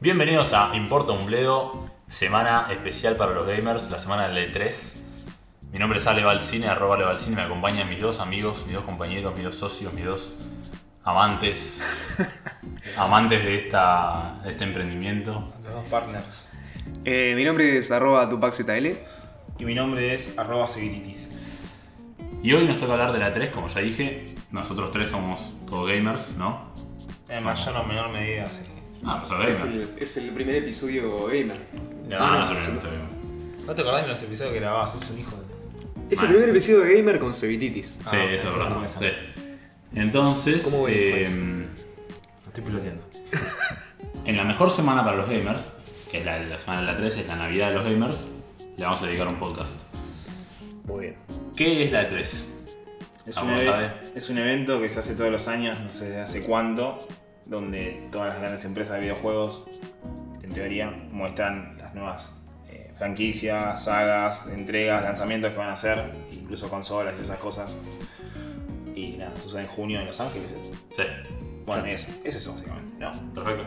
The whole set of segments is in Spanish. Bienvenidos a Importa un Bledo, semana especial para los gamers, la semana del E3. Mi nombre es Ale Balcine, arroba Ale Balcine, me acompañan mis dos amigos, mis dos compañeros, mis dos socios, mis dos amantes, amantes de, esta, de este emprendimiento. Los dos partners. Eh, mi nombre es arroba tupaczl. Y mi nombre es arroba civilitis. Y hoy nos toca hablar de la 3, como ya dije, nosotros tres somos todos gamers, ¿no? En mayor o menor medida, sí. Ah, pues Es gamers. el, es el primer episodio gamer. No, Ah, no, soy gamer, yo- no soy gamer. ¿No te acordás de los episodios que grababas? Es un hijo de... Es Ah. el primer episodio gamer con cevitis. Sí, Ah, eso es eso verdad. no, eso sí. Entonces, ¿Cómo voy después? em, Estoy piloteando. en la mejor semana para los gamers, que es la, la semana de la 3, es la Navidad de los gamers, le vamos a dedicar un podcast. Muy bien. ¿Qué es la 3? Es un, ¿Alguno eve- sabe? es un evento que se hace todos los años, no sé de hace cuánto, donde todas las grandes empresas de videojuegos, en teoría, muestran las nuevas eh, franquicias, sagas, entregas, lanzamientos que van a hacer, incluso consolas y esas cosas. Y nada, se usa en junio en Los Ángeles. eso. Sí, Bueno, eso, es eso básicamente, ¿no? perfecto.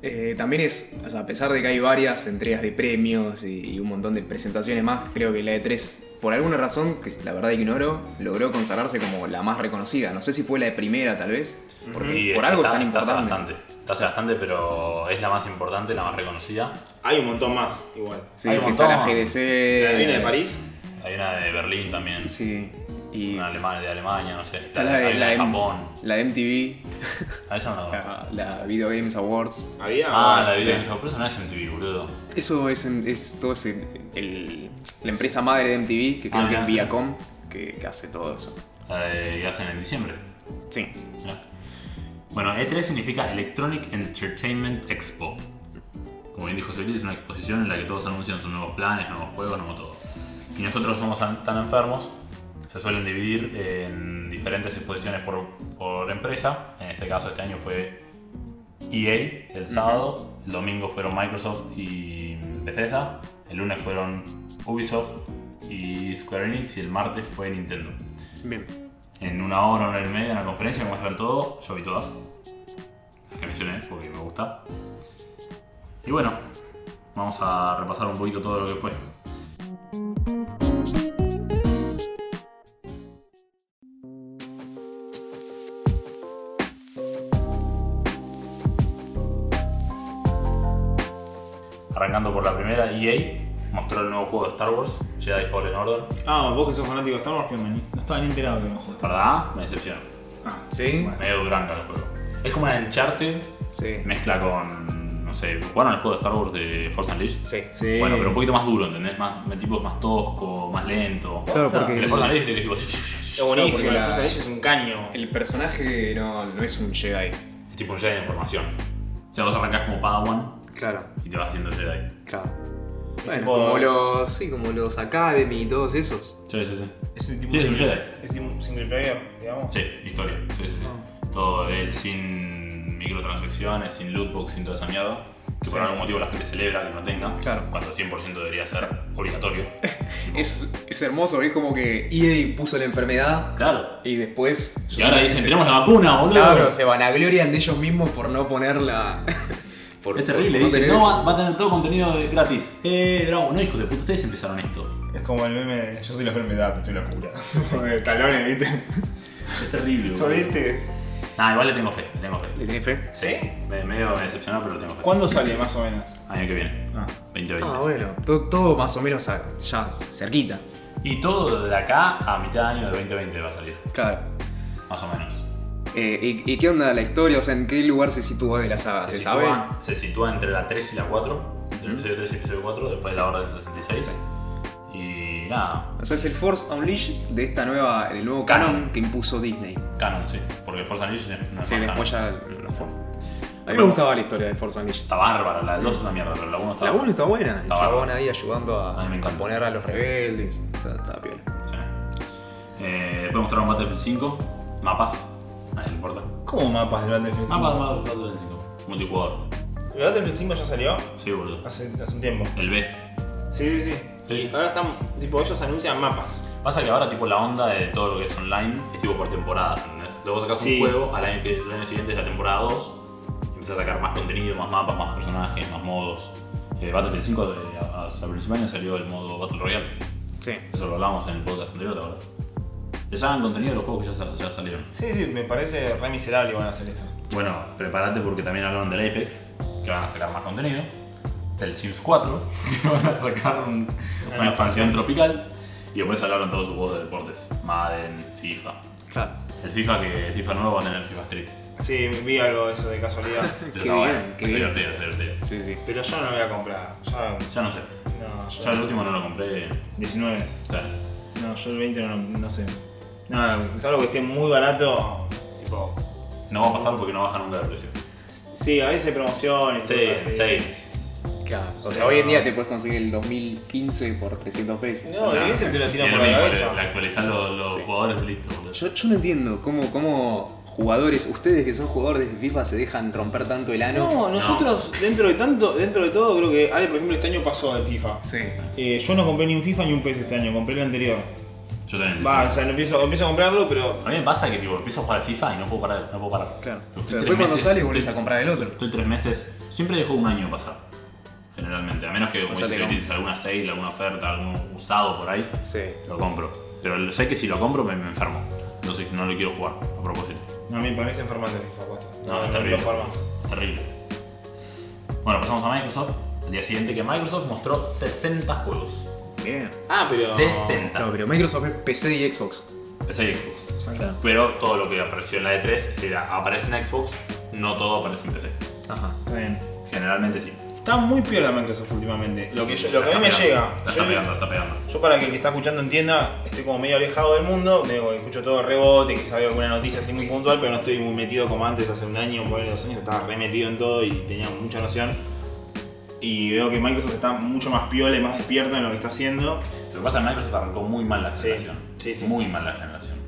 Eh, también es, o sea, a pesar de que hay varias entregas de premios y, y un montón de presentaciones más, creo que la E3, por alguna razón, que la verdad ignoro, logró consagrarse como la más reconocida. No sé si fue la primera, tal vez, porque Y por algo está- es tan está hace importante. bastante, Está hace bastante, pero es la más importante, la más reconocida. Hay un montón más, igual. Sí, Hay un sí, está la montón. GDC. La viene de París. Hay una de Berlín también, Sí. Y una alema- de Alemania, no sé. está la, la de, hay una la de M- Japón. Ah. la de MTV, A esa no la la, la Video Games Awards. Había. Ah, la de Video Games Awards, pero eso no es MTV, boludo. Eso es, en- es todo ese, el- la empresa madre de MTV, que creo Ah, que es ya. Viacom, que, que hace todo eso. La de que hacen en diciembre. Sí. Ya. Bueno, E3 significa Electronic Entertainment Expo. Como bien dijo Celeste, es una exposición en la que todos anuncian sus nuevos planes, nuevos juegos, nuevo todo. Y nosotros somos tan tan enfermos, se suelen dividir en diferentes exposiciones por, por empresa. En este caso, este año fue EA el sábado, el domingo fueron Microsoft y Bethesda, el lunes fueron Ubisoft y Square Enix y el martes fue Nintendo Bien. en una hora, una hora y media, una conferencia, me muestran todo, yo vi todas. Las que mencioné, porque me gusta. Y bueno, vamos a repasar un poquito todo lo que fue. Arrancando por la primera, EA mostró el nuevo juego de Star Wars, Jedi Fallen Order. Ah, vos que sos fanático de Star Wars, que no, ni- no estaba ni enterado que no jugaste. ¿Verdad? Me decepcionó. Ah, ¿Sí? Bueno. Medio duranga el juego. Es como una Uncharted Sí. mezcla con. No sé, ¿jugaron el juego de Star Wars de Force Unleashed? Sí. sí. Bueno, pero un poquito más duro, ¿entendés? Más, tipo más tosco, más lento. Claro, Posta. El porque de el, Force Unleashed es tipo. Es buenísimo, No, porque la Fuerza la- de ella es un caño. el personaje no, no es un Jedi. Es tipo un Jedi de formación. O sea, vos arrancás como Padawan Claro, y te vas haciendo Jedi. claro. Bueno, tipo como es- los, sí, como los Academy y todos esos. Sí, sí, sí. Es un tipo Sí, es un single- Jedi. Es un single player, digamos. Sí, historia. Sí, sí, sí. Ah. Todo de él sin microtransacciones, sin lootbox, sin toda esa mierda. Que por algún motivo la gente celebra que no tenga. Claro. Cuando 100% debería ser obligatorio. Es, es hermoso, es como que EA puso la enfermedad Claro. y después... Y ahora dicen, se- tenemos la vacuna, boludo. Claro, se vanaglorian de ellos mismos por no ponerla... por, es por terrible, no dicen, tener no, eso. va, va a tener todo contenido de- gratis. Eh, bravo, no hijos de puta, ustedes empezaron esto. Es como el meme de yo soy la enfermedad, estoy la cura. Sobre talones, ¿viste? Es terrible, boludo. Soletes. Nah, igual le tengo fe, le tengo fe. ¿Le tenés fe? ¿Sí? Me, medio me decepcionó, pero le tengo fe. ¿Cuándo sale más o menos? Año que viene, Ah. 2020. Ah, bueno, to- todo, más o menos a- ya cerquita. Y todo de acá a mitad de año de 2020 va a salir, Claro. más o menos. Eh, ¿y, y qué onda la historia? O sea, ¿en qué lugar se sitúa de la saga? Ah, ¿Se, sabe? Sitúa, se sitúa entre la 3 y la 4, entre el episodio 3 y el episodio 4, después de la Orden 66. Y nada, O sea, es el Force Unleashed de esta nueva, del nuevo canon que impuso Disney. canon, sí, porque Force Unleashed no es Sí, más después canon. ya lo fue. A mí me gustaba la historia del Force Unleashed. Está bárbara, la 2 es una mierda, pero la 1 está La 1 está buena, el Está chabón bárbaro. ahí ayudando a, A mí me encanta. a poner a los rebeldes. Está, está piola. Sí. Eh, después mostraron Battlefield 5, mapas, a nadie le importa. ¿Cómo mapas del Battlefield 5? Mapas de Battlefield 5, multijugador, ¿El Battlefield 5 ya salió? sí, boludo. Hace, hace un tiempo. El B, Sí, sí, sí. Sí. Ahora están, tipo, ellos anuncian mapas. Pasa que ahora tipo la onda de todo lo que es online es tipo por temporadas, ¿entendés? Luego sacas Sí. un juego, al año, que, el año siguiente es la temporada 2, empiezas a sacar más contenido, más mapas, más personajes, más modos. Eh, Battlefield 5 de- a- hace principio de año salió el modo Battle Royale. Sí. Eso lo hablamos en el podcast anterior, ¿te acordás? Le sacan contenido de los juegos que ya, sal- ya salieron. Sí, sí, me parece re miserable van a hacer esto. Bueno, prepárate porque también hablaron del Apex, que van a sacar más contenido. Del Sims 4, que van a sacar un- una Una expansión tropical. Y después hablaron todos sus juegos de deportes. Madden, FIFA. Claro. El FIFA que el FIFA nuevo va a tener FIFA Street. Sí, vi algo de eso de casualidad. Eso Qué está bien, bueno, qué es bien. divertido, es divertido. Sí, sí. Pero yo no lo voy a comprar. Ya, Ya no sé. no, Yo el último no lo compré. 19. o sea, No, yo el 20 no, no sé. Nada, es algo que esté muy barato. Tipo. no va a pasar porque no baja nunca de precio. Sí, a veces hay promociones. Sí, cosas así. seis. Claro. O Sí, sea, hoy en no. día te puedes conseguir el 2015 por 300 pesos. No, Nah. el ese te lo Y tiran es por lo la mismo, cabeza. le, le actualizan los, los Sí. jugadores y listo. boludo. Yo, yo no entiendo cómo, cómo jugadores, ustedes que son jugadores de FIFA, se dejan romper tanto el ano. No, nosotros dentro de tanto, dentro de todo, creo que Ale, por ejemplo, este año pasó de FIFA. Sí. Eh, yo no compré ni un FIFA ni un PES este año, compré el anterior. Yo también. Va, o sea, no empiezo, empiezo a comprarlo, pero A mí me pasa que tipo, empiezo a jugar al FIFA y no puedo parar. No puedo parar. Claro. Estoy Pero tres después cuando meses- sales volvés estoy- a comprar el otro. Estoy tres meses. Siempre dejo un año pasar. Generalmente. A menos que como O sea, dices, te com- tienes alguna sale, alguna oferta, algún usado por ahí, Sí. lo compro. Pero lo- sé que si lo compro me, me enfermo. Entonces no lo quiero jugar, a propósito. no, a mí para mí es enfermante el FIFA, cuesta. No, No, es no, terrible. quiero jugar más. Terrible. Bueno, pasamos a Microsoft. El día siguiente que Microsoft mostró 60 juegos. Bien. Ah, pero. 60. Claro, pero Microsoft es PC y Xbox. Es ahí Xbox. Claro. Pero todo lo que apareció en la E3 era aparece en Xbox, no todo aparece en PC. Ajá. Está bien. Generalmente sí. Está muy piola Microsoft últimamente. Lo que, yo- lo que a mí Está me pegando, llega. Está, yo- pegando, está pegando. Yo para que el que está escuchando entienda, estoy como medio alejado del mundo, digo, escucho todo rebote, que veo alguna noticia así muy puntual, pero no estoy muy metido como antes, hace un año, ponele dos años, estaba re metido en todo y tenía mucha noción. Y veo que Microsoft está mucho más piola y más despierto en lo que está haciendo. Lo que pasa es que Microsoft arrancó muy mal la Sí, generación. sí, sí. Muy mal la generación.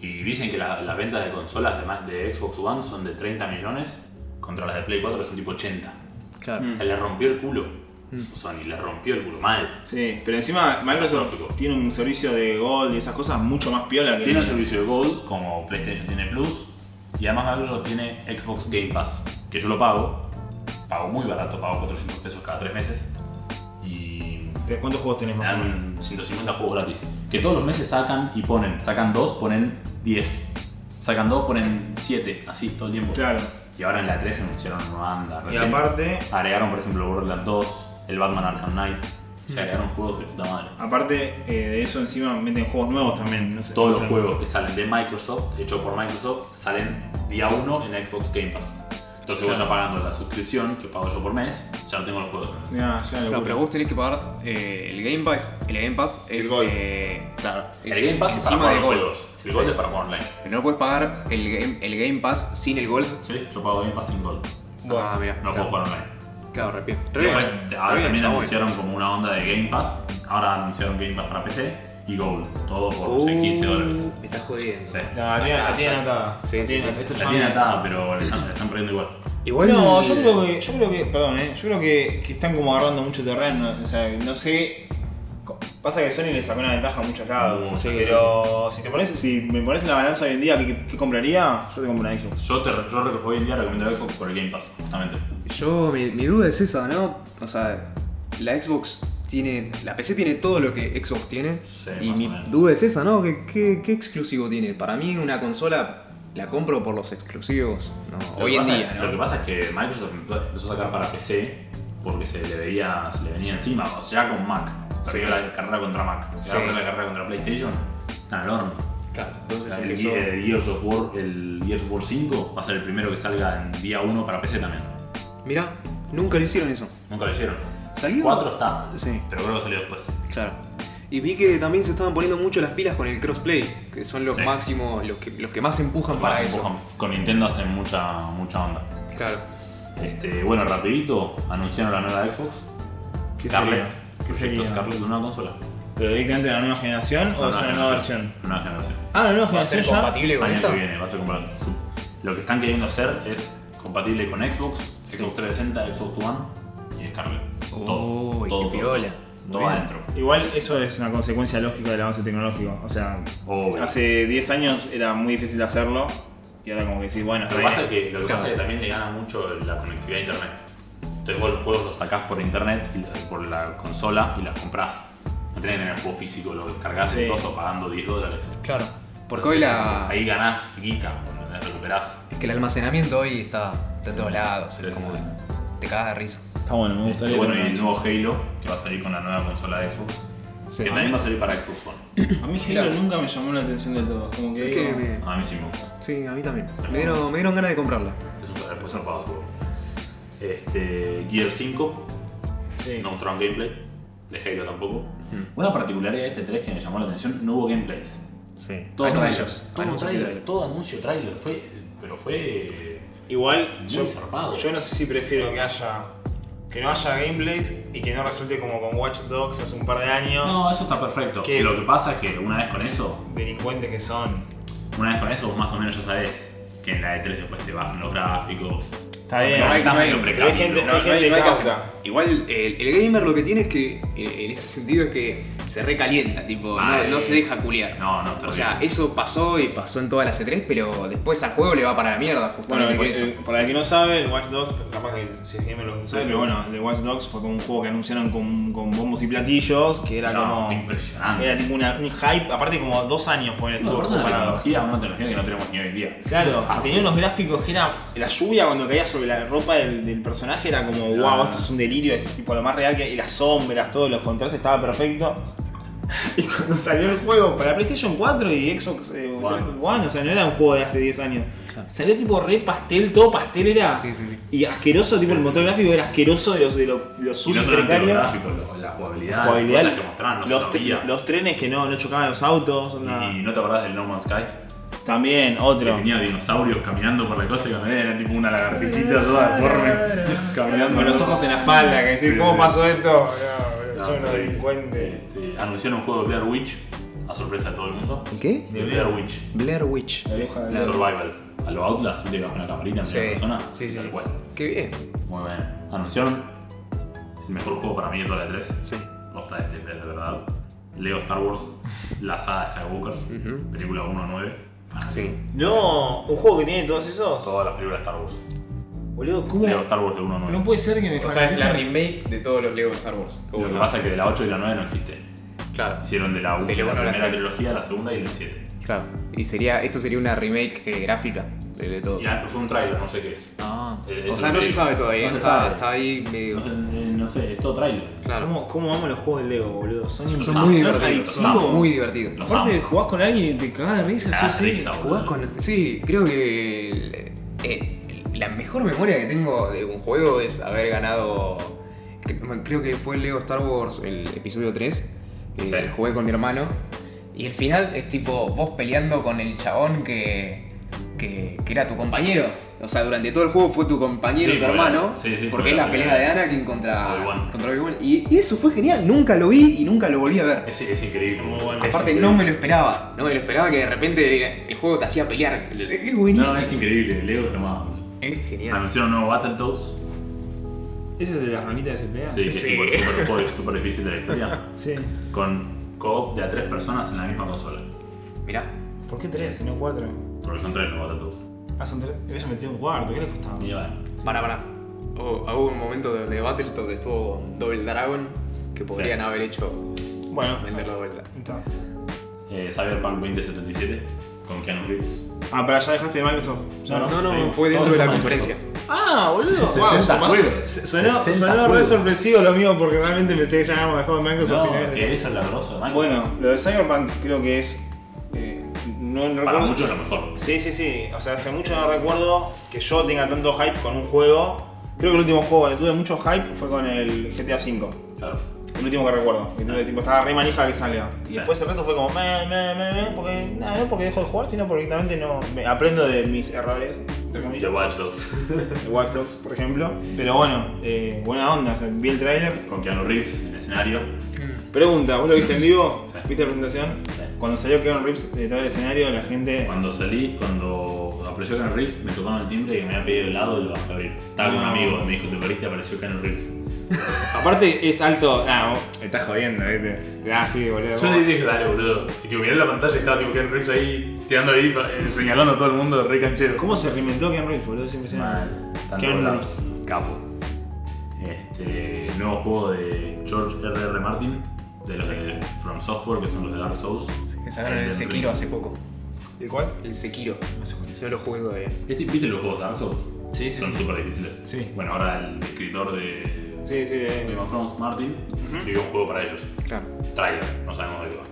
Y dicen que la- las ventas de consolas de, ma- de Xbox One son de 30 millones contra las de Play 4 que son tipo 80. Claro. O sea, le rompió el culo. Mm. Sony le rompió el culo mal. Sí, pero encima Microsoft tiene un servicio de Gold y esas cosas mucho más piola que... Tiene un servicio de Gold como PlayStation tiene Plus y además Microsoft tiene Xbox Game Pass, que yo lo pago. Pago muy barato, pago 400 pesos cada 3 meses. Y ¿De ¿Cuántos juegos tenés Me más o menos? dan 150 juegos gratis. Que todos los meses sacan y ponen. Sacan 2, ponen 10. Sacan 2, ponen 7. Así todo el tiempo. Claro. Y ahora en la 3 anunciaron una banda. Y Recién aparte, Agregaron, por ejemplo, Borderlands 2, el Batman Arkham Knight. Mm. Se agregaron juegos de puta madre. aparte eh, de eso encima meten juegos nuevos también. No sé, Todos no los sé. juegos que salen de Microsoft, hechos por Microsoft, salen día 1 en Xbox Game Pass. Entonces voy Claro. ya pagando la suscripción que pago yo por mes, ya no tengo los juegos. Ya, ya, locura. pero vos tenés que pagar eh, el Game Pass. El Game Pass es. Gold. eh, claro. es El Game Pass es para encima jugar del los Gold. juegos. El Gold es para jugar online. Pero no puedes pagar el Game, el Game Pass sin el Gold. Sí, yo pago Game Pass sin Gold. Bueno, ah, mira. No puedo jugar online. Claro, repito. Pero bueno, ahora también anunciaron como una onda de Game Pass. Ahora anunciaron Game Pass para PC y Gold. Todo por no sé, Uh. 15 dólares. Me estás jodiendo. Sí. La, tiene- la tiene anotada. Sí, La sí, tiene- sí. esto ya La tienen me- atada, pero le están, le están perdiendo igual. Igual. No, yo creo que, yo creo que, perdón, eh, yo creo que, que están como agarrando mucho terreno, o sea, no sé, co- pasa que Sony le sacó una ventaja a muchos lados, Sí, pero si te pones, si me pones en la balanza hoy en día, ¿qué, qué- qué compraría? Yo te compro una Xbox. Yo, te, yo re- hoy en día recomiendo Xbox por el Game Pass, justamente. Yo, mi, mi duda es esa, ¿no? O sea, la Xbox tiene. La PC tiene todo lo que Xbox tiene. Sí, y más o mi menos. duda es esa, ¿no? ¿Qué, qué, qué exclusivo tiene? Para mí, una consola la compro por los exclusivos. No, Lo hoy que en pasa- día, ¿no? Lo que pasa es que Microsoft empe- empezó a sacar para PC porque se le, veía, se le venía encima, o sea, con Mac. Perdió la carrera contra Mac. Sí. Perdió la carrera contra PlayStation. Está enorme. Claro, O entonces sea, el, empezó. Ge- el Gears of War, el Gears of War 5 va a ser el primero que salga en día 1 para PC también. Mirá, nunca lo hicieron eso. Nunca lo hicieron. ¿Salió? 4 está, Sí. pero creo que salió después. Claro. Y vi que también se estaban poniendo mucho las pilas con el crossplay, que son los Sí. máximos, los que, los que más empujan para Además, eso. empujan- Con Nintendo hacen mucha, mucha onda. Claro. Este, bueno, rapidito, anunciaron la nueva Xbox. ¿Qué Scarlett. sería? ¿Qué Proyecto sería? Scarlett, una consola. ¿Pero directamente de la nueva generación o es una nueva versión? Una nueva generación. Ah, la nueva ¿Va a ser generación ya. compatible con Año esta? que viene, va a ser compatible. Sí. Lo que están queriendo hacer es compatible con Xbox, Xbox 360, Xbox One y Scarlett. Oh, y todo, qué todo. piola. todo adentro. Igual eso es una consecuencia lógica del avance tecnológico. O sea, Obvio. hace 10 años era muy difícil hacerlo y ahora como que decís, bueno, Lo está que bien. pasa es que, lo que, pasa es que también le gana mucho la conectividad a internet. Entonces vos los juegos los sacás por internet, y los- por la consola y las comprás. No tenés que tener el juego físico, lo descargás Sí. y todo pagando 10 dólares. Claro. Porque hoy la. Ahí ganás guita, ¿entendés? recuperás. Es que el almacenamiento hoy está de todos lados. Sí. Es como. Te cagas de risa. Está bueno, me gustaría. Y bueno, y el verlo. nuevo Halo, que va a salir con la nueva consola de Xbox. Sí. Que también va a salir para Xbox One. A mí Halo nunca me llamó la atención del todo. Como que, Sí, es digo, que me- A mí sí me gusta. sí, a mí también. Me dieron, me dieron ganas de comprarla. Es un super zarpado ese juego. Este, Gear 5, sí. no mostraron gameplay. De Halo tampoco. Una particularidad de este 3 que me llamó la atención, no hubo gameplays. Sí. Todo Hay anuncio, rayos. Todo, Hay un muchos trailer, rayos. todo anuncio trailer, fue, pero fue... Igual, Muy yo, zarpado. yo no sé si prefiero que haya. Que no haya gameplays y que no resulte como con Watch Dogs hace un par de años. No, eso está perfecto. ¿Qué? Lo que pasa es que una vez con eso, Delincuentes que son. una vez con eso vos más o menos ya sabés que en la E3 después te bajan los gráficos. Está bien. Lo hay- captan, no hay- lo pero hay gente- precaben, no hay gente hay que cauta. hacer- Igual el, el gamer lo que tiene es que, en, en ese sentido, es que se recalienta, tipo, no- Ay. no, se deja culiar. No, no, pero O sea, eso pasó y pasó en toda la C3, pero después al juego le va para la mierda, Bueno, justamente el- por eso. el- para el que eh, no sabe, el Watch Dogs, capaz que si es gamer lo sabe, pero bueno, el de Watch Dogs fue como un juego que anunciaron con, con bombos y platillos, que era No, como. fue impresionante. Era tipo una, un hype, aparte como dos años por el No, estuvo aparte de una parado. tecnología, una tecnología que no tenemos ni hoy en día. Claro, Ah, tenía sí. unos gráficos que era. La lluvia cuando caía sobre la ropa del, del personaje era como, wow, Ah. esto es un delirio, es tipo lo más real que. Y las sombras, todos los contrastes, estaba perfecto. Y cuando salió el juego para PlayStation 4 y Xbox eh, One. One, o sea, no era un juego de hace 10 años. Salió tipo re pastel, todo pastel era. Sí, sí, sí. Y asqueroso, tipo el motor gráfico era asqueroso de los, de los, Y de los no sucios solamente los precarios. gráficos, lo- la jugabilidad, Jugabilidad, las cosas que mostraron, no se los, tre- sabía. los trenes que no, no chocaban los autos. onda. Y no te acordás del No Man's Sky, También, que otro. tenía dinosaurios caminando por la cosa y cuando era tipo una lagartijita toda deforme, caminando. Con los ojos en la espalda, que decís, Sí, ¿cómo sí. pasó esto? No, son unos Ah, sí. delincuentes. Este, anunciaron un juego de Blair Witch, a sorpresa de todo el mundo. ¿El qué? De Blair Witch, Blair Witch. La vieja de de la- Survival. A los Outlast, te bajo una camarita en Sí. primera persona. Sí, sí, tal sí. cual. Qué bien. Muy bien. Anunciaron el mejor juego para mí de toda la 3. Sí. Posta este, es de verdad. Leo Star Wars, la saga de Skywalker, película 1 a 9. Sí. No, un juego que tiene todos esos. Todas las películas de Star Wars. Boludo, ¿cómo? Leo Star Wars de 1 a 9. No puede ser que me O sea, es la fanaticen. remake de todos los Lego de Star Wars. Lo que pasa es que de la 8 y la 9 no existe. Claro. Hicieron de la, De la la uno a la primera seis. trilogía, la segunda y el 7. Claro. Y sería. Esto sería una remake eh, gráfica de, de todo. Y ah, fue un trailer, no sé qué es. Ah. Eh, O es sea, un no se remake. sabe todavía. No se está, sabe. está ahí medio. No sé, eh, no sé, es todo trailer. Claro. ¿Cómo, cómo amo los juegos de Lego, boludo? Son, Son son, muy son divertidos, adictivos. Muy divertido. Los Aparte, amo. jugás con alguien y te cagás de risa, Cagás de sí, sí. risa, boludo. Jugás con. Sí, creo que. el- eh, la mejor memoria que tengo de un juego es haber ganado. cre- Creo que fue el Lego Star Wars, el episodio 3. que Sí. Jugué con mi hermano. Y el final es tipo vos peleando con el chabón que. Que, que era tu compañero. O sea, durante todo el juego fue tu compañero, Sí, tu porque- hermano. sí, sí, porque porque es la la pelea de pelea- Anakin contra Obi-Wan. contra Obi-Wan. y, y eso fue genial. Nunca lo vi y nunca lo volví a ver. Es, es increíble. Muy bueno. Es Aparte increíble. no me lo esperaba, no me lo esperaba que de repente el juego te hacía pelear. Es No, buenísimo. es increíble. Leo es lo más. Es genial. Anunciaron Ah, un nuevo Battletoads. ¿Ese es de las ranitas de SPA? Sí, que es Sí. tipo el super juego super difícil de la historia. Sí. Con co-op de a tres personas en la misma consola. Mirá, ¿Por qué tres y no cuatro? Porque son tres los Battletoads. Ah, son tres. Hubiese metido un cuarto, ¿qué le costaba? Y bueno, pará, pará. Hubo hubo un momento de, de Battletoads donde estuvo con Double Dragon que podrían haber hecho Bueno, venderlo de vuelta. está. eh, Cyberpunk 2077 con Keanu Reeves. Ah, para allá dejaste de Microsoft. Ya No, no, sí, fue dentro todo de la mal, conferencia. Ah, boludo. Wow, 60 sonó- juegos. Sonó, 60 sonó re juegos. sorpresivo lo mío porque realmente pensé que ya habíamos dejado Microsoft y no No, habías dejado. que eso es la grosa de Minecraft. Bueno, lo de Cyberpunk creo que es. eh, no, no Para recuerdo. muchos lo mejor. Sí, sí, sí. O sea, hace mucho no recuerdo que yo tenga tanto hype con un juego. Creo que el último juego donde tuve mucho hype fue con el GTA V. Claro. El último que recuerdo. Que tuve, tipo, estaba re manija que salga. Y Sí. después el resto fue como. Me, me, me, me, porque, nada, no porque dejo de jugar, sino porque directamente no. me- aprendo de mis errores. entre Y comillas The Watch Dogs de Watch Dogs, por ejemplo. Pero bueno, eh, buena onda, o sea, vi el trailer. con Keanu Reeves en el escenario. Pregunta, ¿vos lo viste en vivo? Sí. ¿Viste la presentación? Sí. Cuando salió Kevin Reeves detrás del escenario, la gente... Cuando salí, cuando apareció Keanu Reeves, me tocaron el timbre y me había pedido helado y lo bajé a abrir. Estaba con un No. amigo y me dijo, te pariste, apareció Keanu Reeves. Aparte es alto. Ah, vos- me estás jodiendo, ¿viste? Ah, sí, boludo. Yo vos- le dije, dale, boludo. Y tipo, miré la pantalla y estaba tipo Ken Reeves ahí, tirando ahí, eh, señalando a todo el mundo, re canchero. ¿Cómo se reinventó Keanu Reeves, boludo? Siempre se Mal. Tanto Keanu volado. Reeves. Capo. Este nuevo juego de George R.R. Martin, de los de From Software, que son los de Dark Souls. Que sacaron el Elden Sekiro Ring. hace poco. ¿El cuál? El Sekiro. No sé cuál es. No lo jugué todavía. Este, ¿Viste los juegos de Dark Souls? Sí, sí, Son sí. súper difíciles. Sí. Bueno, ahora el escritor de Sí, eh. sí, Game de. of Thrones, Martin, escribió un juego para ellos. Claro. Trailer, no sabemos de qué va.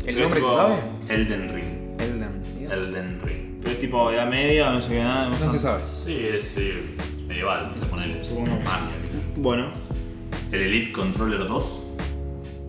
¿El Pero nombre se tipo- sabe? Elden Ring. Elden. mira. Elden Ring. Pero es tipo edad media, no se ve nada. No se sabe. Sí, es eh, medieval, se pone Supongo. magia. Bueno, El Elite Controller 2.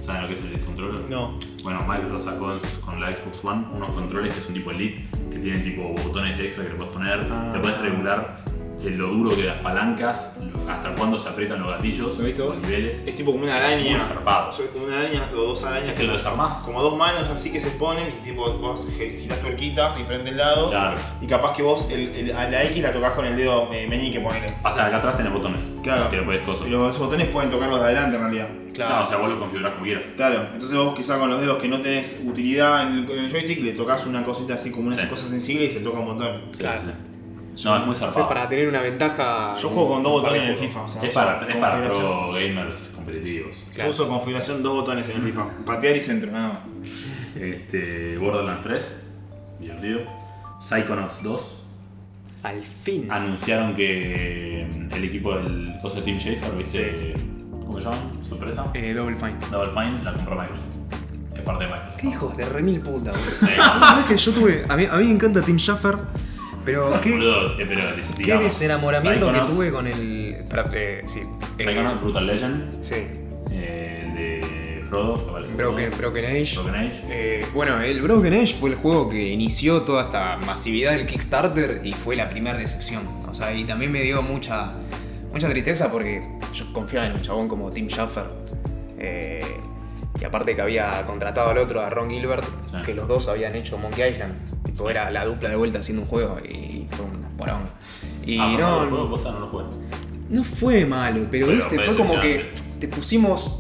¿Saben lo que es el Elite Controller? No. Bueno, Microsoft sacó en su- con la Xbox One unos controles que son tipo Elite, que tienen tipo botones extra que le puedes poner, Ah. te puedes regular eh, lo duro que las palancas, lo- hasta cuándo se aprietan los gatillos, ¿Lo viste los vos? niveles. es tipo como una araña. Muy zarpado. Soy como una araña o dos arañas. Es que lo desarmás. como dos manos así que se ponen y tipo vos gi- girás tuerquitas de diferentes lados Claro. y capaz que vos el, el- a la X la tocas con el dedo eh, meñique ponele. Pasa acá atrás tenés botones. Claro. Que le podés cosas. Y los botones pueden tocar los de adelante en realidad. Claro, o sea, vos lo configurás como quieras. Claro, entonces vos quizá con los dedos que no tenés utilidad en el, en el joystick le tocas una cosita así como una Sí. cosa sensible y se toca un botón. Claro. No, es muy O sea, zarpado. para tener una ventaja. Yo juego con dos botones en el parejo. FIFA, o sea, Es para, es para configuración. pro gamers competitivos. Yo Claro. uso configuración dos botones en el FIFA, patear y centro, nada más. Este, Borderlands 3, divertido. Psychonauts 2, Al fin. Ah, anunciaron que mm, el equipo del coso de Team Schafer, ¿viste? ¿Cómo se llaman? ¿Sorpresa? Eh, Double Fine. Double Fine la compró Microsoft. Es parte de Microsoft. ¿Qué hijos de remil puta, boludo? Sí, La verdad que yo tuve. A mí, a mí me encanta Tim Schaffer, pero qué, boludo, eh, pero, qué digamos, desenamoramiento que Psychonauts- tuve con el. Para, eh, sí. eh, Psychonauts Brutal Legend, sí. eh, el de Frodo, que aparece en Broken, Frodo. Broken Age. Broken Age. Eh, bueno, el Broken Age fue el juego que inició toda esta masividad del Kickstarter y fue la primera decepción. O sea, y también me dio mucha, mucha tristeza porque yo confiaba en un chabón como Tim Schafer. Eh, y aparte que había contratado al otro, a Ron Gilbert, Sí. que los dos habían hecho Monkey Island. Tipo, era la dupla de vuelta haciendo un juego y fue un porón. Y Ah, no, el juego, posta, no lo jugué. no fue malo, pero, Pero viste, fue fue como que decepcionante. te pusimos.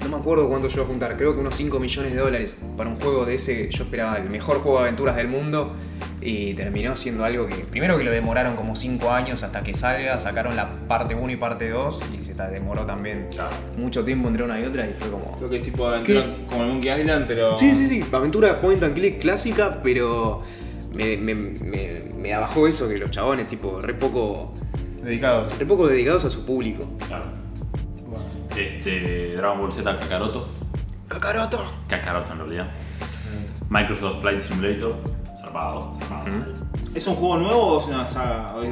No me acuerdo cuánto yo a juntar, creo que unos 5 millones de dólares para un juego de ese. Yo esperaba el mejor juego de aventuras del mundo y terminó siendo algo que. Primero que lo demoraron como 5 años hasta que salga, sacaron la parte 1 y parte 2 y se ta- demoró también Claro. mucho tiempo entre una y otra y fue como. Creo que es tipo aventura como el Monkey Island, pero. Sí, sí, sí, aventura point and click clásica, pero. Me, me, me, me abajó eso que los chabones, tipo, re poco, Dedicados. re poco dedicados a su público. Claro. Este, Dragon Ball Z Kakaroto. ¡Kakaroto! Kakaroto en realidad. Microsoft Flight Simulator. Zarpado, zarpado. ¿Es un juego nuevo o es una saga? ¿O es-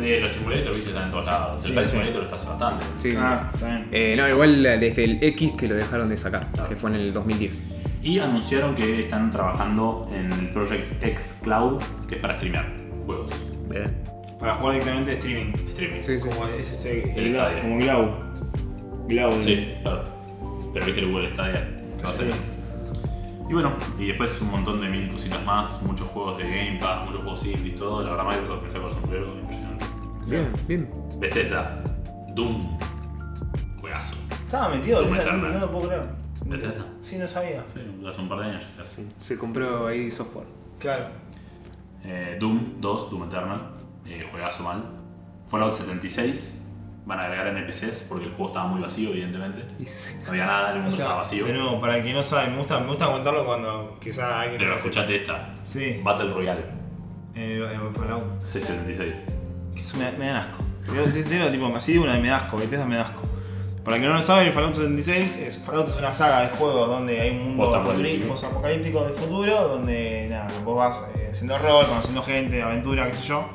Eh, los simulators, viste, están en todos lados. El Flight Simulator está hace bastante. Sí, sí. Ah, está bien. Eh, no, igual desde el X que lo dejaron de sacar, que fue en el 2010. Y anunciaron que están trabajando en el Project X Cloud, que es para streamear juegos. Para jugar directamente de streaming. Streaming. Sí, sí, sí. Como es este. El Glau- Stadia. como Glau. Glau. Sí, claro. Pero viste el Google Stadia. que va a Sí. ser. Y bueno, y después un montón de mil cositas más, muchos juegos de Game Pass, muchos juegos indie, todo. La verdad, Microsoft me saca el sombrero, impresionante. Bien, bien. Bethesda, Doom, juegazo. Estaba metido, Doom boludo, Eternal. no lo puedo creer. ¿Bethesda? Sí, no sabía. Sí, hace un par de años ya casi. Se compró ahí software. Claro. Eh, Doom 2, Doom Eternal, eh, juegazo mal. Fallout 76, van a agregar NPCs porque el juego estaba muy vacío, evidentemente. No había nada, el mundo O sea, estaba vacío. de nuevo, para el que no sabe, me gusta, me gusta contarlo cuando quizá alguien Pero lo hace. escuchate esta: Sí. Battle Royale Eh, eh, Fallout. C76. Que eso me, me dan asco. Te digo sincero, tipo, así de una me da asco, Bethesda me da asco. Para el que no lo sabe, el Fallout 76 es, Fallout es una saga de juegos donde hay un mundo Postapocalíptico. futuri- postapocalíptico de futuro, donde nada, vos vas eh, haciendo rol, conociendo gente, aventura, qué sé yo.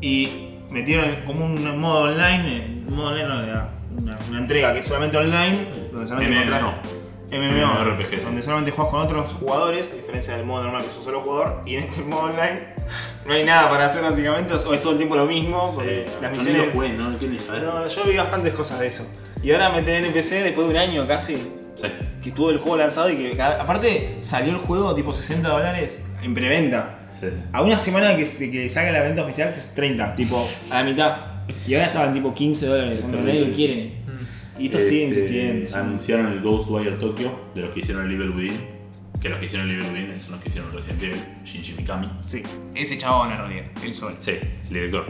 Y metieron como un modo online, eh, un modo online no, la- una, una entrega que es solamente online, donde solamente MMO. encontrás MMORPG, sí. MMO, donde solamente juegas con otros jugadores, a diferencia del modo normal que es un solo jugador, y en este modo online no hay nada para hacer básicamente, o es todo el tiempo lo mismo, porque Eh, yo las misiones... ni lo jugué, no lo quiero ni saber. No, yo vi bastantes cosas de eso. Y ahora meter en NPC después de un año casi Sí. que estuvo el juego lanzado y que cada- aparte salió el juego tipo 60 dólares en preventa. Sí, sí. A una semana que, de que salga la venta Mm. oficial es 30, tipo a la mitad. Y ahora estaban tipo 15 dólares, cuando nadie lo quiere. Y esto Este, sigue insistiendo. Anunciaron el Ghostwire Tokyo de los que hicieron el Evil Within. Que los que hicieron el Evil Within son los que hicieron Resident Evil, Shinji Mikami. Sí, ese chabón en realidad, el sol. Sí, el director.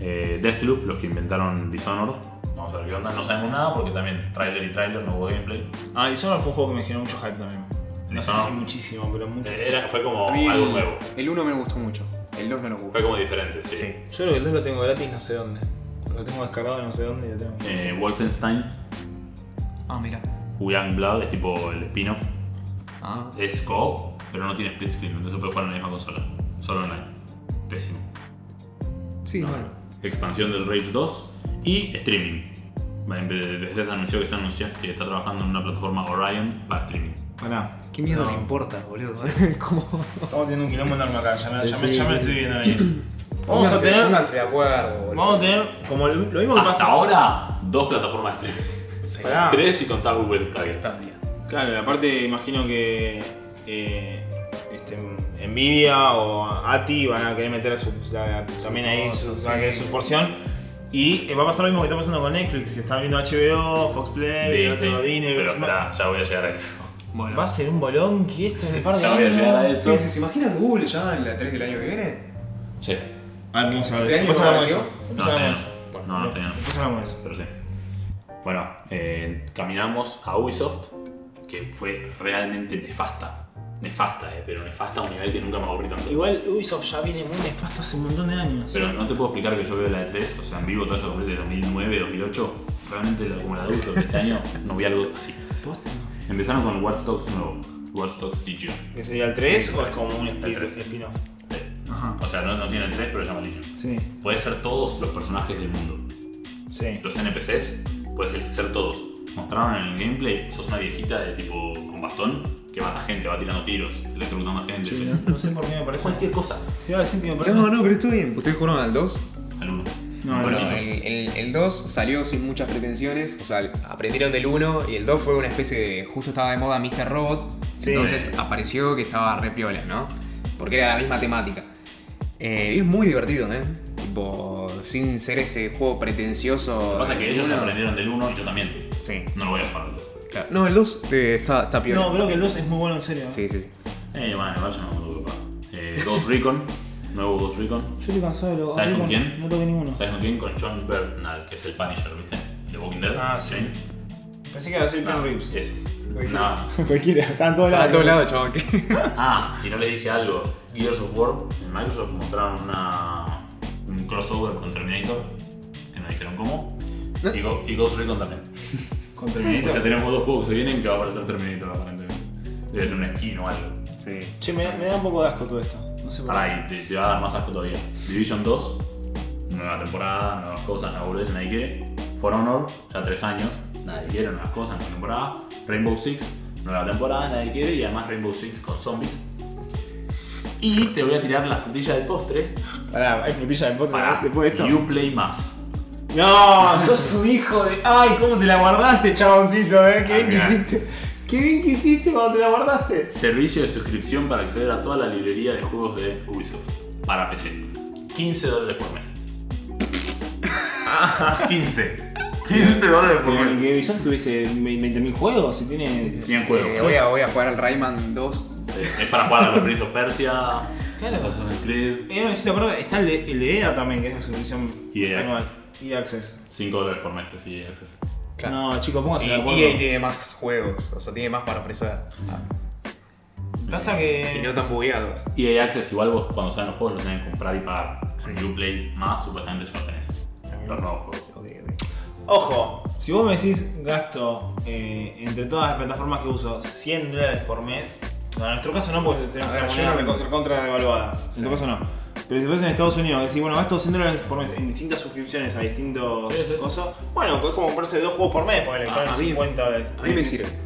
Eh, Deathloop, los que inventaron Dishonored. Vamos a ver qué onda. No sabemos nada porque también trailer y trailer, no hubo gameplay. Ah, y Solo fue un juego que me generó mucho hype también. No sé Dishonored. si muchísimo, pero mucho. Ah. Eh, era- fue como A mí algo el- nuevo. El 1 me gustó mucho, el 2 no lo Fue jugué. como diferente, sí. Sí. Yo creo que el 2 lo tengo gratis no sé dónde. Lo tengo descargado no sé dónde y lo tengo. Eh, Wolfenstein, Ah, mira. Young Blood, es tipo el spin-off. Ah. Es co-op, pero no tiene split screen, entonces puede jugar en la misma consola. Solo online. Pésimo. Sí, bueno. Expansión del Rage 2 y streaming. En vez de- Bethesda anunció que está, anunciando, que está trabajando en una plataforma Orion para streaming. Pará. ¿Qué mierda No. le importa, boludo? ¿Cómo? Estamos teniendo un quilombo enorme acá, ya me, ya me- Sí, ya me sí, lo estoy viendo venir. Vamos a Pónganse- tener. pónganse de acuerdo, boludo. Vamos a tener. Como lo lo mismo que Hasta pasa. ahora, dos plataformas de streaming. Pará. Tres y contar Google Stadia. Está bien. Claro, aparte imagino que eh, este, Nvidia o ATI van a querer meter su- la- también ahí su, cosa, van a querer su porción. Y eh, va a pasar lo mismo que está pasando con Netflix, que está abriendo HBO, Fox Play, Disney. otro Disney. Pero va, espera, ya voy a llegar a eso. Bueno, va a ser un bolón que esto en un par de Ya voy a llegar a años. eso. Sí, sí, ¿se imaginan Google ya en la 3 del año que viene? Sí. A ver, Ah, vamos a ver. ¿Este año Después hablamos de apareció? eso. Después No, este hablamos de eso. año no. No, no, este año no. Después hablamos de eso. Pero sí. Bueno, eh, caminamos a Ubisoft, que fue realmente nefasta. Nefasta, eh, pero nefasta a un nivel que nunca me aburrí tanto. Igual Ubisoft ya viene muy nefasto hace un montón de años. Pero no te puedo explicar que yo veo la de 3, o sea, en vivo toda esa completa de 2009, 2008. Realmente la- como la de Ubisoft de este año, no vi algo así. Posta. Empezaron con Watch Dogs nuevo, Watch Dogs Legion. ¿Que sería el 3 Sí, o es como un el spin- tres. spin-off? Ajá. O sea, no, no tiene el 3, pero se llama Legion. Sí, Puede ser todos los personajes del mundo. sí. Los NPCs, puedes ser todos. Mostraron en el gameplay, sos una viejita de tipo con bastón que mata gente, va tirando tiros, electrocutando a gente. Sí, no, no sé por qué me Es parece. cualquier cosa. Te iba a decir que me parece. No, no, pero está bien. ¿Ustedes jugaron al 2? Al uno. No, Bueno, no, tipo, El, el, el 2 salió sin muchas pretensiones, o sea, aprendieron del 1 y el 2 fue una especie de. Justo estaba de moda Mr. Robot, Sí. entonces apareció que estaba re piola, ¿no? Porque era la misma temática. Eh, y es muy divertido, ¿eh? Tipo, sin ser ese juego pretencioso. Lo que pasa es que ellos Uno- aprendieron del 1 y yo también. Sí, No lo voy a jugar. al dos. claro. No, el 2 eh, está, está piola. No, creo que el 2 es muy bueno en serio. Sí, sí, sí. Eh, bueno, igual yo no me preocupa. Eh, Ghost Recon, nuevo Ghost Recon. Yo estoy cansado de los. ¿Sabes Yo con no- quién? No toqué ninguno. ¿Sabes con quién? Con John Bernal, que es el Punisher, ¿viste? De Walking Dead. Ah, sí. Pensé que iba a ser Ken No, Reeves. eso. Walking No. Cualquiera, estaban todos Está a lados. todos lados, chaval. Ah, y no le dije algo. Gears of War, en Microsoft mostraron una, un crossover con Terminator, que no dijeron cómo. Y, Go- y Ghost Recon también. Con O sea, Terminator. tenemos dos juegos que se vienen que va a aparecer Terminator aparentemente. Debe ser una skin o algo. Sí. Che, me, me da un poco de asco todo esto. No sé por qué. Pará, y te, te va a dar más asco todavía. Division 2, nueva temporada, nuevas cosas, nuevas boludeces, nadie quiere. For Honor, ya tres años, nadie quiere, nuevas cosas, nueva temporada. Rainbow Six, nueva temporada, nadie quiere, y además Rainbow Six con zombies. Y te voy a tirar la frutilla del postre Pará, hay frutilla de podcast para después de esto. Uplay Más. No, sos un hijo de. Ay, cómo te la guardaste, chaboncito, eh. Qué Ah, bien que mirá. hiciste. Qué bien que hiciste cuando te la guardaste. Servicio de suscripción para acceder a toda la librería de juegos de Ubisoft para PC. 15 dólares por mes. 15. 15 dólares por mes. Que Ubisoft tuviese 20.000 juegos, si tiene. 100 juegos. Eh, voy, a, voy a jugar al Rayman 2. Sí, Eh, Es para jugar a los Prince of Persia, Claro. los Assassin's Creed, Eh, no, si te acuerdas, está el de, el de EA también, que es la suscripción EA anual. Access. EA Access. 5 dólares por mes, así acceso. Claro. No, chicos, pónganse Y de acuerdo. EA tiene más juegos, o sea, tiene más para ofrecer. Ah. Pasa Y que. no tan bugueados. Y EA Access, igual vos cuando salen los juegos los tenés que comprar y pagar. Si Uplay más, supuestamente ya los tenés. Los nuevos juegos. Ojo, si vos me decís gasto eh, entre todas las plataformas que uso 100 dólares por mes, no, en nuestro caso no, porque tenemos A ver, una yo moneda no- recontra, recontra devaluada. En tu caso no. Pero si fuese en Estados Unidos, decís, bueno, gasto 100 dólares por mes en distintas suscripciones a distintos Sí, sí. cosas, bueno, pues es como comprarse dos juegos por mes, ponele, que Ah, salen a mí- 50 dólares. A mí me sirve.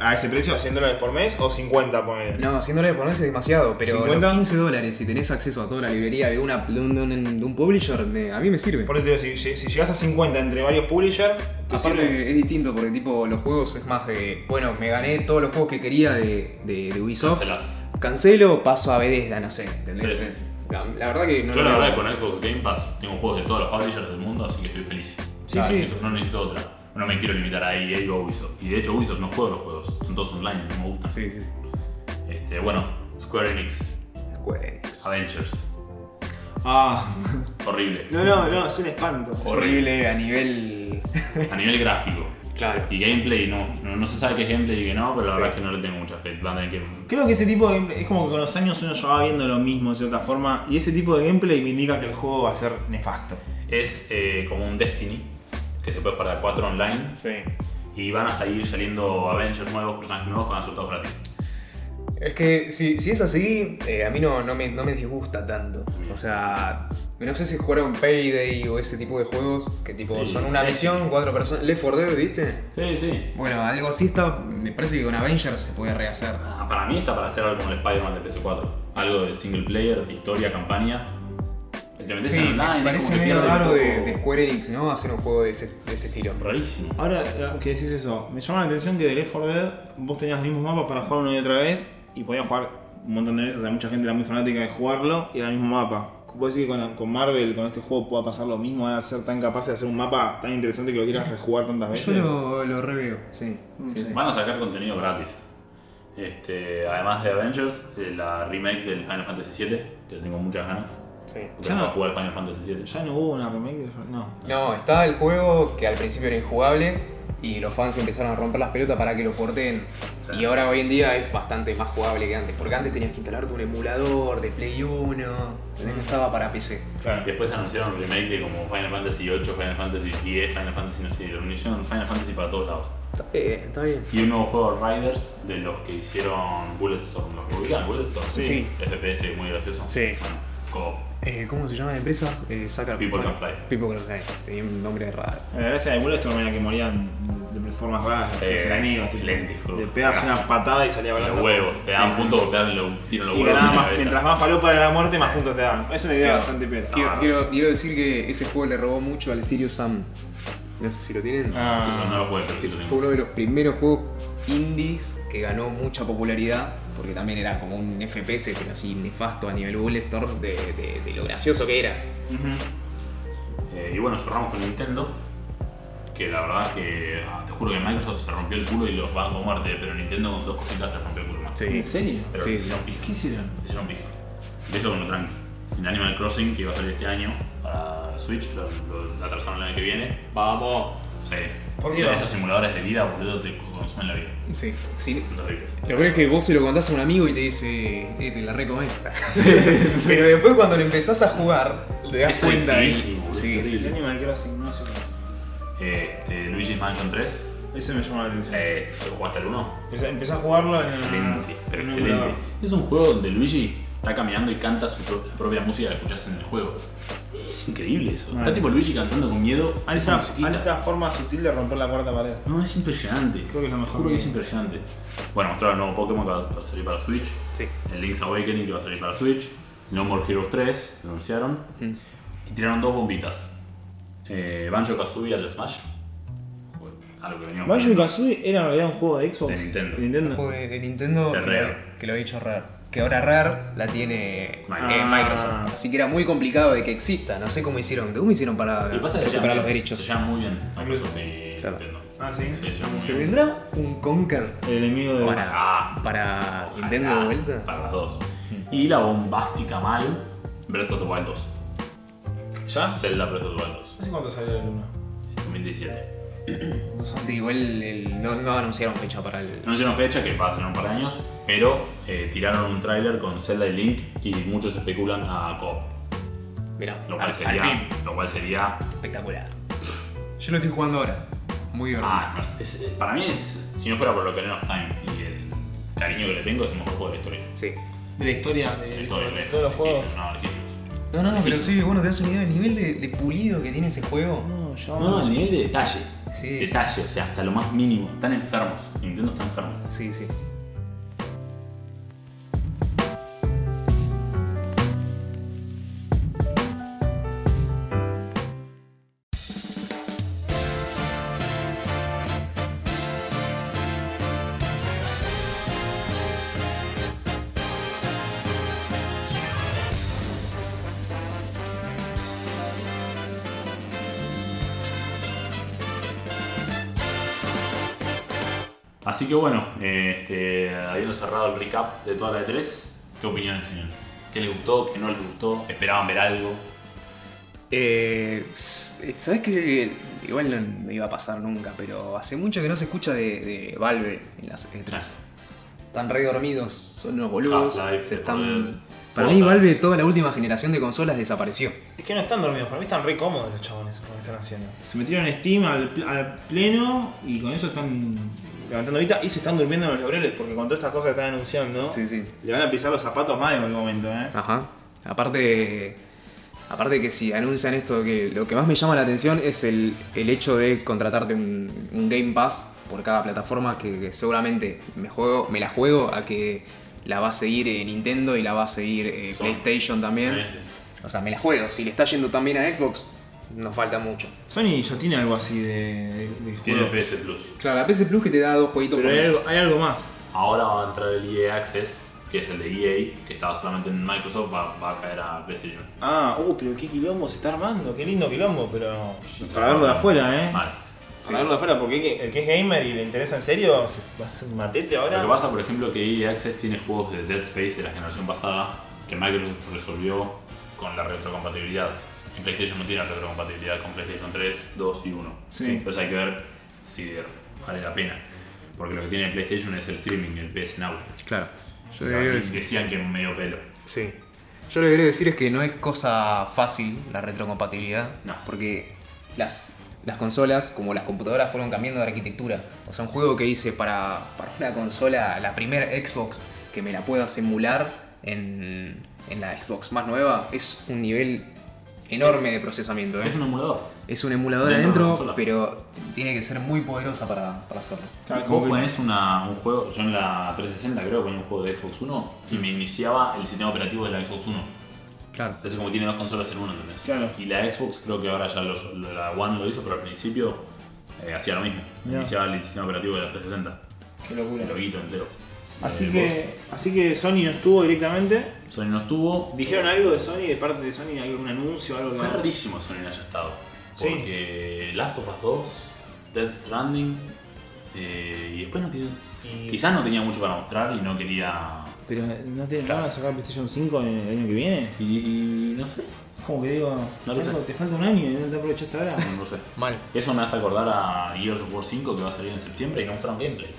A ese precio, a 100 dólares por mes o 50, ponele. No, 100 dólares por mes es demasiado, pero 50. los 15 dólares si tenés acceso a toda la librería de, una, de, un, de un publisher, me- a mí me sirve. Por eso te digo, si, si, si llegás a 50 entre varios publishers, te sirve. Aparte es distinto porque tipo los juegos es más de, bueno, me gané todos los juegos que quería de, de, de Ubisoft, Cancelás. cancelo, paso a Bethesda, no sé, ¿entendés? Sí, sí. Es- La, la verdad que no Yo lo la verdad veo. que con Xbox Game Pass tengo juegos de todos los publishers del mundo, así que estoy feliz. Sí, Ah, sí. necesito- No necesito otra. no me quiero limitar a EA o Ubisoft. Y de hecho Ubisoft no juego los juegos, son todos online, no me gustan. Sí, sí, sí. Este, bueno, Square Enix, Square Enix. Adventures, Ah. horrible. No, no, no, es un espanto. Horrible a nivel. A nivel gráfico. Claro. Y gameplay, no, no, no se sabe qué es gameplay y qué no, pero la verdad es que no le tengo mucha fe. Van a tener que- Creo que ese tipo de gameplay, es como que con los años uno ya va viendo lo mismo de cierta forma, y ese tipo de gameplay me indica que el juego va a ser nefasto. Es eh, como un Destiny, que se puede jugar de 4 online. Sí. Y van a seguir saliendo Avengers nuevos, personajes nuevos, que van a ser todos gratis. Es que si, si es así, eh, a mí no, no, me, no me disgusta tanto. O sea, no sé si jugaron Payday o ese tipo de juegos que tipo Sí. son una misión, cuatro personas. Left 4 Dead, ¿viste? Sí, sí. Bueno, algo así está. Me parece que con Avengers se puede rehacer. Ah, para mí está para hacer algo como el Spider-Man de PS4. Algo de single player, historia, campaña. Te metes en online, me es parece como que medio pierdes un raro de, poco- de Square Enix, ¿no? Hacer un juego de ese, de ese estilo. Rarísimo. Ahora eh, que decís eso, me llama la atención que de Left 4 Dead vos tenías los mismos mapas para jugar una y otra vez, y podías jugar un montón de veces, o sea, mucha gente era muy fanática de jugarlo, y era el mismo mapa. ¿Puedes decir que con, con Marvel, con este juego, pueda pasar lo mismo? ¿Van a ser tan capaces de hacer un mapa tan interesante que lo quieras rejugar tantas veces? Yo lo, lo reveo, sí. sí, sí. Van a sacar contenido gratis. Este, además de Avengers, eh, la remake del Final Fantasy VII, que le tengo muchas ganas. Sí. Porque Ya no no. a jugar Final Fantasy VII. Ya no hubo una remake de... No. No, está el juego que al principio era injugable y los fans empezaron a romper las pelotas para que lo porten. Y ahora hoy en día es bastante más jugable que antes, porque antes tenías que instalarte un emulador de Play 1, entonces no estaba para PC. Claro. Después anunciaron un remake de como Final Fantasy VIII, Final Fantasy X, Final Fantasy no sé, lo anunciaron Final Fantasy para todos lados. Está bien, está bien. Y un nuevo juego Riders de los que hicieron Bulletstorm. ¿Los que ubican Bulletstorm? Sí. Sí. FPS muy gracioso. Sí. Bueno, co Eh, ¿Cómo se llama la empresa? Eh, Sacra People Can Fly. People Can Fly. Tenía un nombre raro. La gracia de Bulletstorm era que morían de de formas raras, Sí, los enemigos. tipo, excelente, Le juego. pegas una patada y salía Los volando. huevos. Te dan Sí, punto por pegarle los tiro en los Y huevos. en ganaba la más, cabeza. mientras más falopa era la muerte, más puntos te dan. Es una idea bastante pera. Quiero, Ah. quiero- quiero decir que ese juego le robó mucho al Sirius Sam. No sé si lo tienen. Ah. Sí, pero no lo jugué, pero sí Ese lo fue tengo. uno de los primeros juegos indies que ganó mucha popularidad, porque también era como un FPS, pero así nefasto a nivel Bulletstorm, de, de, de lo gracioso que era. Ujú. Eh, y bueno, cerramos con Nintendo. Que la verdad que ah, te juro que Microsoft se rompió el culo y los van a muerte, pero Nintendo con dos cositas le rompió el culo más. ¿En serio? Pero Sí, le sí. hicieron pija. ¿Qué hicieron? Le hicieron pija. Le hizo con lo tranqui. En Animal Crossing, que iba a salir este año para Switch, lo, lo atrasaron el año que viene. Vamos. Sí. ¿Por qué? Esos, esos simuladores de vida, boludo, te consumen la vida. Sí. sí. Son terribles. Lo peor es que vos se lo contás a un amigo y te dice, eh, te la recomiendas. Pero después cuando lo empezás a jugar, te das Es cuenta de adictivísimo, boludo, Sí, sí, Sí, sí. Animal Crossing, no sé qué es. Este, Luigi's Mansion 3. Ese me llamó la atención. Eh, ¿Yo jugaste el 1? Empecé, empecé a jugarlo en. Excelente, pero en un excelente. emulador. Es un juego donde Luigi está caminando y canta su pro- la propia música que escuchás en el juego. Es increíble eso. Vale. Está tipo Luigi cantando con miedo. esa Alta, musiquita. alta forma sutil de romper la cuarta pared. No, es impresionante. Creo que es lo mejor Juro que que es vi. impresionante. Bueno, mostraron el nuevo Pokémon que va a salir para Switch. Sí. El Link's Awakening que va a salir para Switch. No More Heroes 3, lo anunciaron. Mm. Y tiraron dos bombitas. Eh, Banjo Kazooie al Smash. Fue Algo que veníamos Banjo y viendo. Kazooie era en realidad un juego de Xbox. De Nintendo. Un juego de, de Nintendo De que lo, Rare. que lo ha dicho Rare. Que ahora Rare la tiene Microsoft. eh, Microsoft. Así que era muy complicado de que exista. No sé cómo hicieron. ¿Cómo hicieron para Lo que pasa es que llevan recuperar los bien, derechos? Se llevan muy bien. Microsoft y Claro. Nintendo. Ah, sí. Se llevan muy ¿Se bien. vendrá un Conker El enemigo de. Para- Ah, para ojalá, Nintendo de vuelta? Ah, Para las dos. Y la bombástica mal, Breath of the Wild 2. ¿Ya? Zelda Breath of the Wild 2. ¿Hace cuánto salió el 1? 2017. Sí, igual el- no, no anunciaron fecha para el. No hicieron fecha, que va a tener un par de años, pero eh, tiraron un tráiler con Zelda y Link y muchos especulan a co-op. Mirá, Lo cual al, al sería. fin. Lo cual sería. Espectacular. Yo lo estoy jugando ahora. Muy divertido. Ah, no sé, es- para mí es. Si no fuera por lo que of Time y el cariño que le tengo, es el mejor juego de la historia. Sí. De la historia, de, De de todo el- todos los juegos. no, lejísimos. No, no, no, pero sí, bueno, te das una idea del nivel de, de pulido que tiene ese juego. No, ya No, el nivel de detalle. Sí, detalle, o sea, hasta lo más mínimo. Están enfermos. Nintendo está enfermo. Sí, sí. Así que bueno, eh, este, habiendo cerrado el recap de toda la E3, ¿qué opiniones tienen? ¿Qué les gustó? ¿Qué no les gustó? ¿Esperaban ver algo? Eh, ¿Sabes que Igual no me iba a pasar nunca, pero hace mucho que no se escucha de, de Valve en las E3. Están re dormidos, son unos boludos. Half-Life, se Valve. están... Para mí, Portal. Valve, toda la última generación de consolas desapareció. Es que no están dormidos, para mí están re cómodos los chabones con lo que están haciendo. Se metieron en Steam al, pl- al pleno y con eso están levantando ahorita y se están durmiendo en los laureles porque con todas estas cosas que están anunciando Sí, sí. le van a pisar los zapatos más en algún momento, ¿eh? Ajá. Aparte, aparte que si anuncian esto, que lo que más me llama la atención es el, el hecho de contratarte un, un Game Pass por cada plataforma que, que seguramente me, juego, me la juego a que la va a seguir eh, Nintendo y la va a seguir eh, Sony. PlayStation también. Sí, sí. O sea, me la juego. Si le está yendo también a Xbox, nos falta mucho. Sony ya tiene algo así de, de- de Tiene juego. PS Plus. Claro, la PS Plus que te da dos jueguitos Pero por hay mes. algo, hay algo más. Ahora va a entrar el EA Access, que es el de EA, que estaba solamente en Microsoft, va, va a caer a PlayStation. Ah, uh, pero qué quilombo se está armando, qué lindo quilombo, pero. Para verlo de afuera, eh. Mal. Para verlo de afuera, porque el que- el que es gamer y le interesa en serio, se- va a ser un matete Lo ahora. que pasa, por ejemplo, que EA Access tiene juegos de Dead Space de la generación pasada que Microsoft resolvió con la retrocompatibilidad. En PlayStation no tiene retrocompatibilidad con PlayStation 3, 2 y 1. Sí. Entonces hay que ver si vale la pena. Porque lo que tiene PlayStation es el streaming, el PS Now. Claro. Yo Y te diría que sí. decían que medio pelo. Sí. Yo lo que quiero decir es que no es cosa fácil la retrocompatibilidad. No. Porque las, las consolas, como las computadoras, fueron cambiando de arquitectura. O sea, un juego que hice para, para una consola, la primera Xbox, que me la puedas emular en, en la Xbox más nueva, es un nivel enorme de procesamiento. ¿eh? Es un emulador. Es un emulador Dentro de la adentro, consola. pero t- tiene que ser muy poderosa para, para hacerlo. Claro, como Vos que- ponés una- un juego, yo en la 360 creo que ponía un juego de Xbox 1 y me iniciaba el sistema operativo de la Xbox 1. Claro. Entonces como tiene dos consolas en uno, ¿entendés? Claro. Y la Xbox creo que ahora ya lo- lo- la One lo hizo, pero al principio eh, hacía lo mismo. Iniciaba el sistema operativo de la 360. Qué locura. El loguito entero. Así Eh, que, así que Sony no estuvo directamente. vos. Sony no estuvo. ¿Dijeron algo de Sony, de parte de Sony, algún anuncio, algo Fue que rarísimo Sony no haya estado. Sí. Porque Last of Us 2, Death Stranding, eh, y después no tiene... Y- Quizás no tenía mucho para mostrar y no quería... Pero no tienen nada de sacar PlayStation 5 en el año que viene. Y, y no sé, Es como que digo, No lo sé. Franco, te falta un año y no te aprovechaste ahora. no sé. Mal. Eso me hace acordar a Gears of War 5 que va a salir en septiembre y no mostraron gameplay.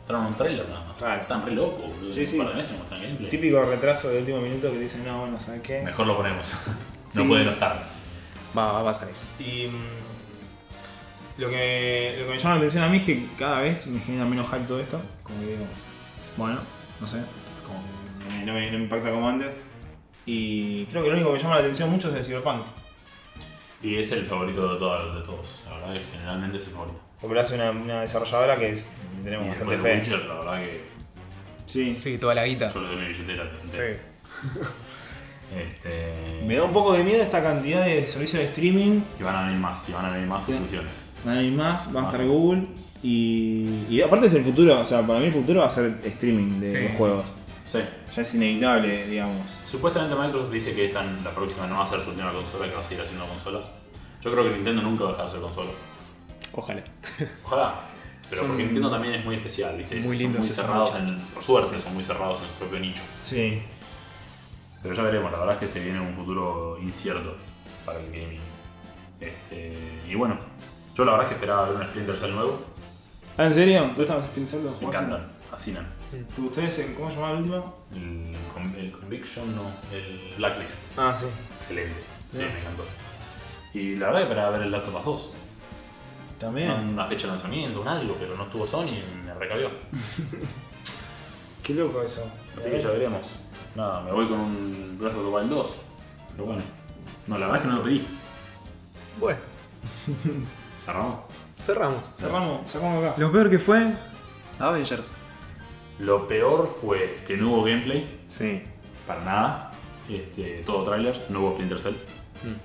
Mostraron un trailer nada más. Claro. Están re locos, boludo. Sí, sí. Un par de meses no mostraron gameplay. Típico retraso de último minuto que dicen, no, bueno, ¿sabes qué? Mejor lo ponemos. Sí. No puede no estar. Va, va a pasar eso. Y mm, lo que, lo que me llama la atención a mí es que cada vez me genera menos hype todo esto. Como que digo, bueno, no sé, como que no me- no me, no me impacta como antes. Y creo que lo único que me llama la atención mucho es el Cyberpunk. Y es el favorito de, todos- de todos. La verdad que generalmente es el favorito. Porque lo hace una, una desarrolladora que es- tenemos Y bastante después de fe. Witcher, la verdad que Sí. Sí, toda la guita. yo le doy mi billetera. Sí. Este... Me da un poco de miedo esta cantidad de servicios de streaming. Y van a venir más, y van a venir más soluciones. Van a ir más, va a estar Google. Y, y aparte es el futuro, o sea, para mí el futuro va a ser streaming de Sí, los sí. juegos. Sí. Ya es inevitable, digamos. Supuestamente Microsoft dice que esta, la próxima no va a ser su última consola, que va a seguir haciendo consolas. Yo creo que Nintendo nunca va a dejar de hacer consolas. Ojalá. Ojalá. Pero Son porque Nintendo también es muy especial, ¿viste? muy Son lindos muy esos cerrados, muchachos. en- por suerte, son muy cerrados en su propio nicho. Sí. Pero ya veremos, la verdad es que se viene un futuro incierto para el gaming. Este, y bueno, yo la verdad es que esperaba ver un Splinter Cell nuevo. Ah, ¿en serio? ¿Tú estabas pensando en Me jugar? encantan, fascinan. ¿Te gustó ese? ¿Cómo se llamaba el último? El, con- el Conviction, no, el Blacklist. Ah, sí. Excelente. Sí, Sí. me encantó. Y la verdad que esperaba ver el Last of Us 2. También. Una fecha de lanzamiento, un algo, pero no estuvo Sony y me recabió. Qué loco eso. Así que ya veremos. Nada, me voy con un brazo de Wild 2. Pero bueno. No, la verdad es que no lo pedí. Bueno, Cerramos. cerramos. Cerramos, sacamos acá. Lo peor que fue Avengers. Lo peor fue que no hubo gameplay, Sí. para nada. Este, todo trailers, no hubo Splinter Cell.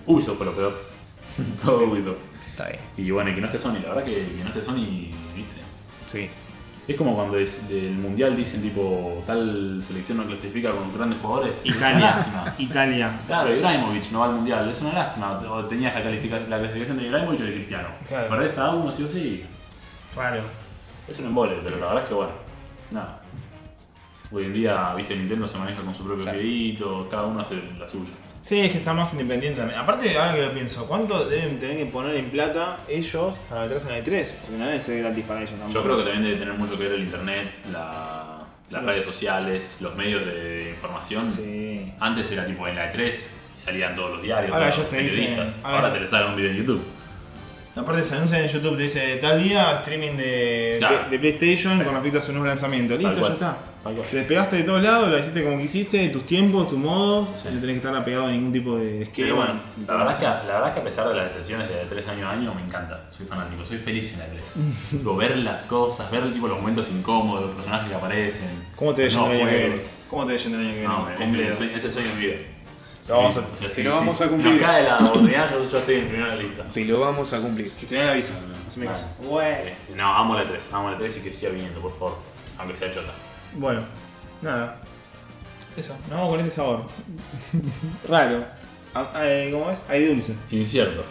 Ubisoft fue lo peor. todo Ubisoft. Está bien. Y bueno, y que no esté Sony, la verdad que, que no esté Sony, viste. Sí. Es como cuando es del mundial dicen tipo tal selección no clasifica con grandes jugadores. Es una Italia. lástima. Italia. Claro, Ibrahimovic no va al mundial, es una lástima. O tenías la, califica- la clasificación de Ibrahimovic o de Cristiano. Claro. Perdés a uno sí o sí. Raro. Es un embole, pero la verdad es que bueno, nada. Hoy en día, viste, Nintendo se maneja con su propio jueguito, cada uno hace la suya. Sí, es que está más independiente también. Aparte, ahora que lo pienso, ¿cuánto deben tener que poner en plata ellos para meterse en la E3? Porque no debe ser gratis para ellos tampoco. Yo creo que también debe tener mucho que ver el internet, la- las redes sociales, los medios de información. Sí. Antes era tipo en la E3 y salían todos los diarios, Ahora todos los ellos te dicen- periodistas. ahora ahora te ellos- le sacan un video en YouTube. Aparte, se anuncian en YouTube, te dice tal día streaming de, Claro. de- de PlayStation con respecto a su nuevo lanzamiento. Listo, cual. ya está. Tal cual. Te despegaste de todos lados, lo hiciste como quisiste, tus tiempos, tus modos. No tenés que estar apegado a ningún tipo de esquema. Pero bueno, la verdad, es que, la verdad es que a pesar de las decepciones de 3 años a año, me encanta. Soy fanático, soy feliz en la 3. tipo, ver las cosas, ver tipo, los momentos incómodos, los personajes que aparecen. ¿Cómo te ves no, yendo el año que viene? juegos. ¿Cómo te ves yendo el año que viene? No, me- Con es- Bledo. es- es el sueño de mi vida. Lo vamos a- O sea, si lo vamos a cumplir. Nos cae la oportunidad, yo, yo estoy en primera lista. Y lo vamos a cumplir. Gestionar la visa, boludo. Haceme caso. Eh, No, amo la 3, amo la 3 y que siga viniendo, por favor. Aunque sea chota. Bueno, nada. Eso, nos vamos con este sabor. Raro. Ah, eh, ¿Cómo es? Hay dulce. Incierto.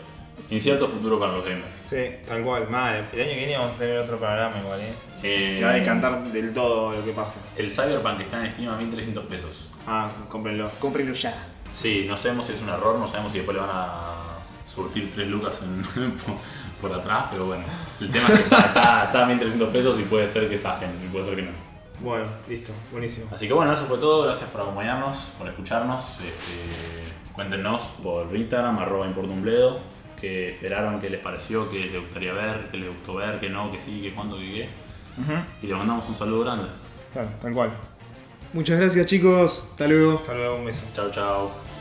Incierto futuro para los gamers. Sí, tal cual, mal. El año que viene vamos a tener otro programa igual, eh. Eh, Se va a decantar del todo lo que pase. El Cyberpunk está en estima a 1300 pesos. Ah, cómprenlo. Cómprenlo ya. Sí, no sabemos si es un error, no sabemos si después le van a surtir tres lucas en- por, por atrás, pero bueno. El tema es que está, está, está a 1300 pesos y puede ser que zafen, y puede ser que no. Bueno, listo, buenísimo. Así que bueno, eso fue todo. Gracias por acompañarnos, por escucharnos. Este, cuéntenos por Instagram, arroba importa un bledo, qué esperaron, qué les pareció, qué les gustaría ver, qué les gustó ver, qué no, qué sí, qué cuándo, qué qué. Y les mandamos un saludo grande. Claro, tal cual. Muchas gracias chicos. Hasta luego. Hasta luego, un beso. Chao, chao.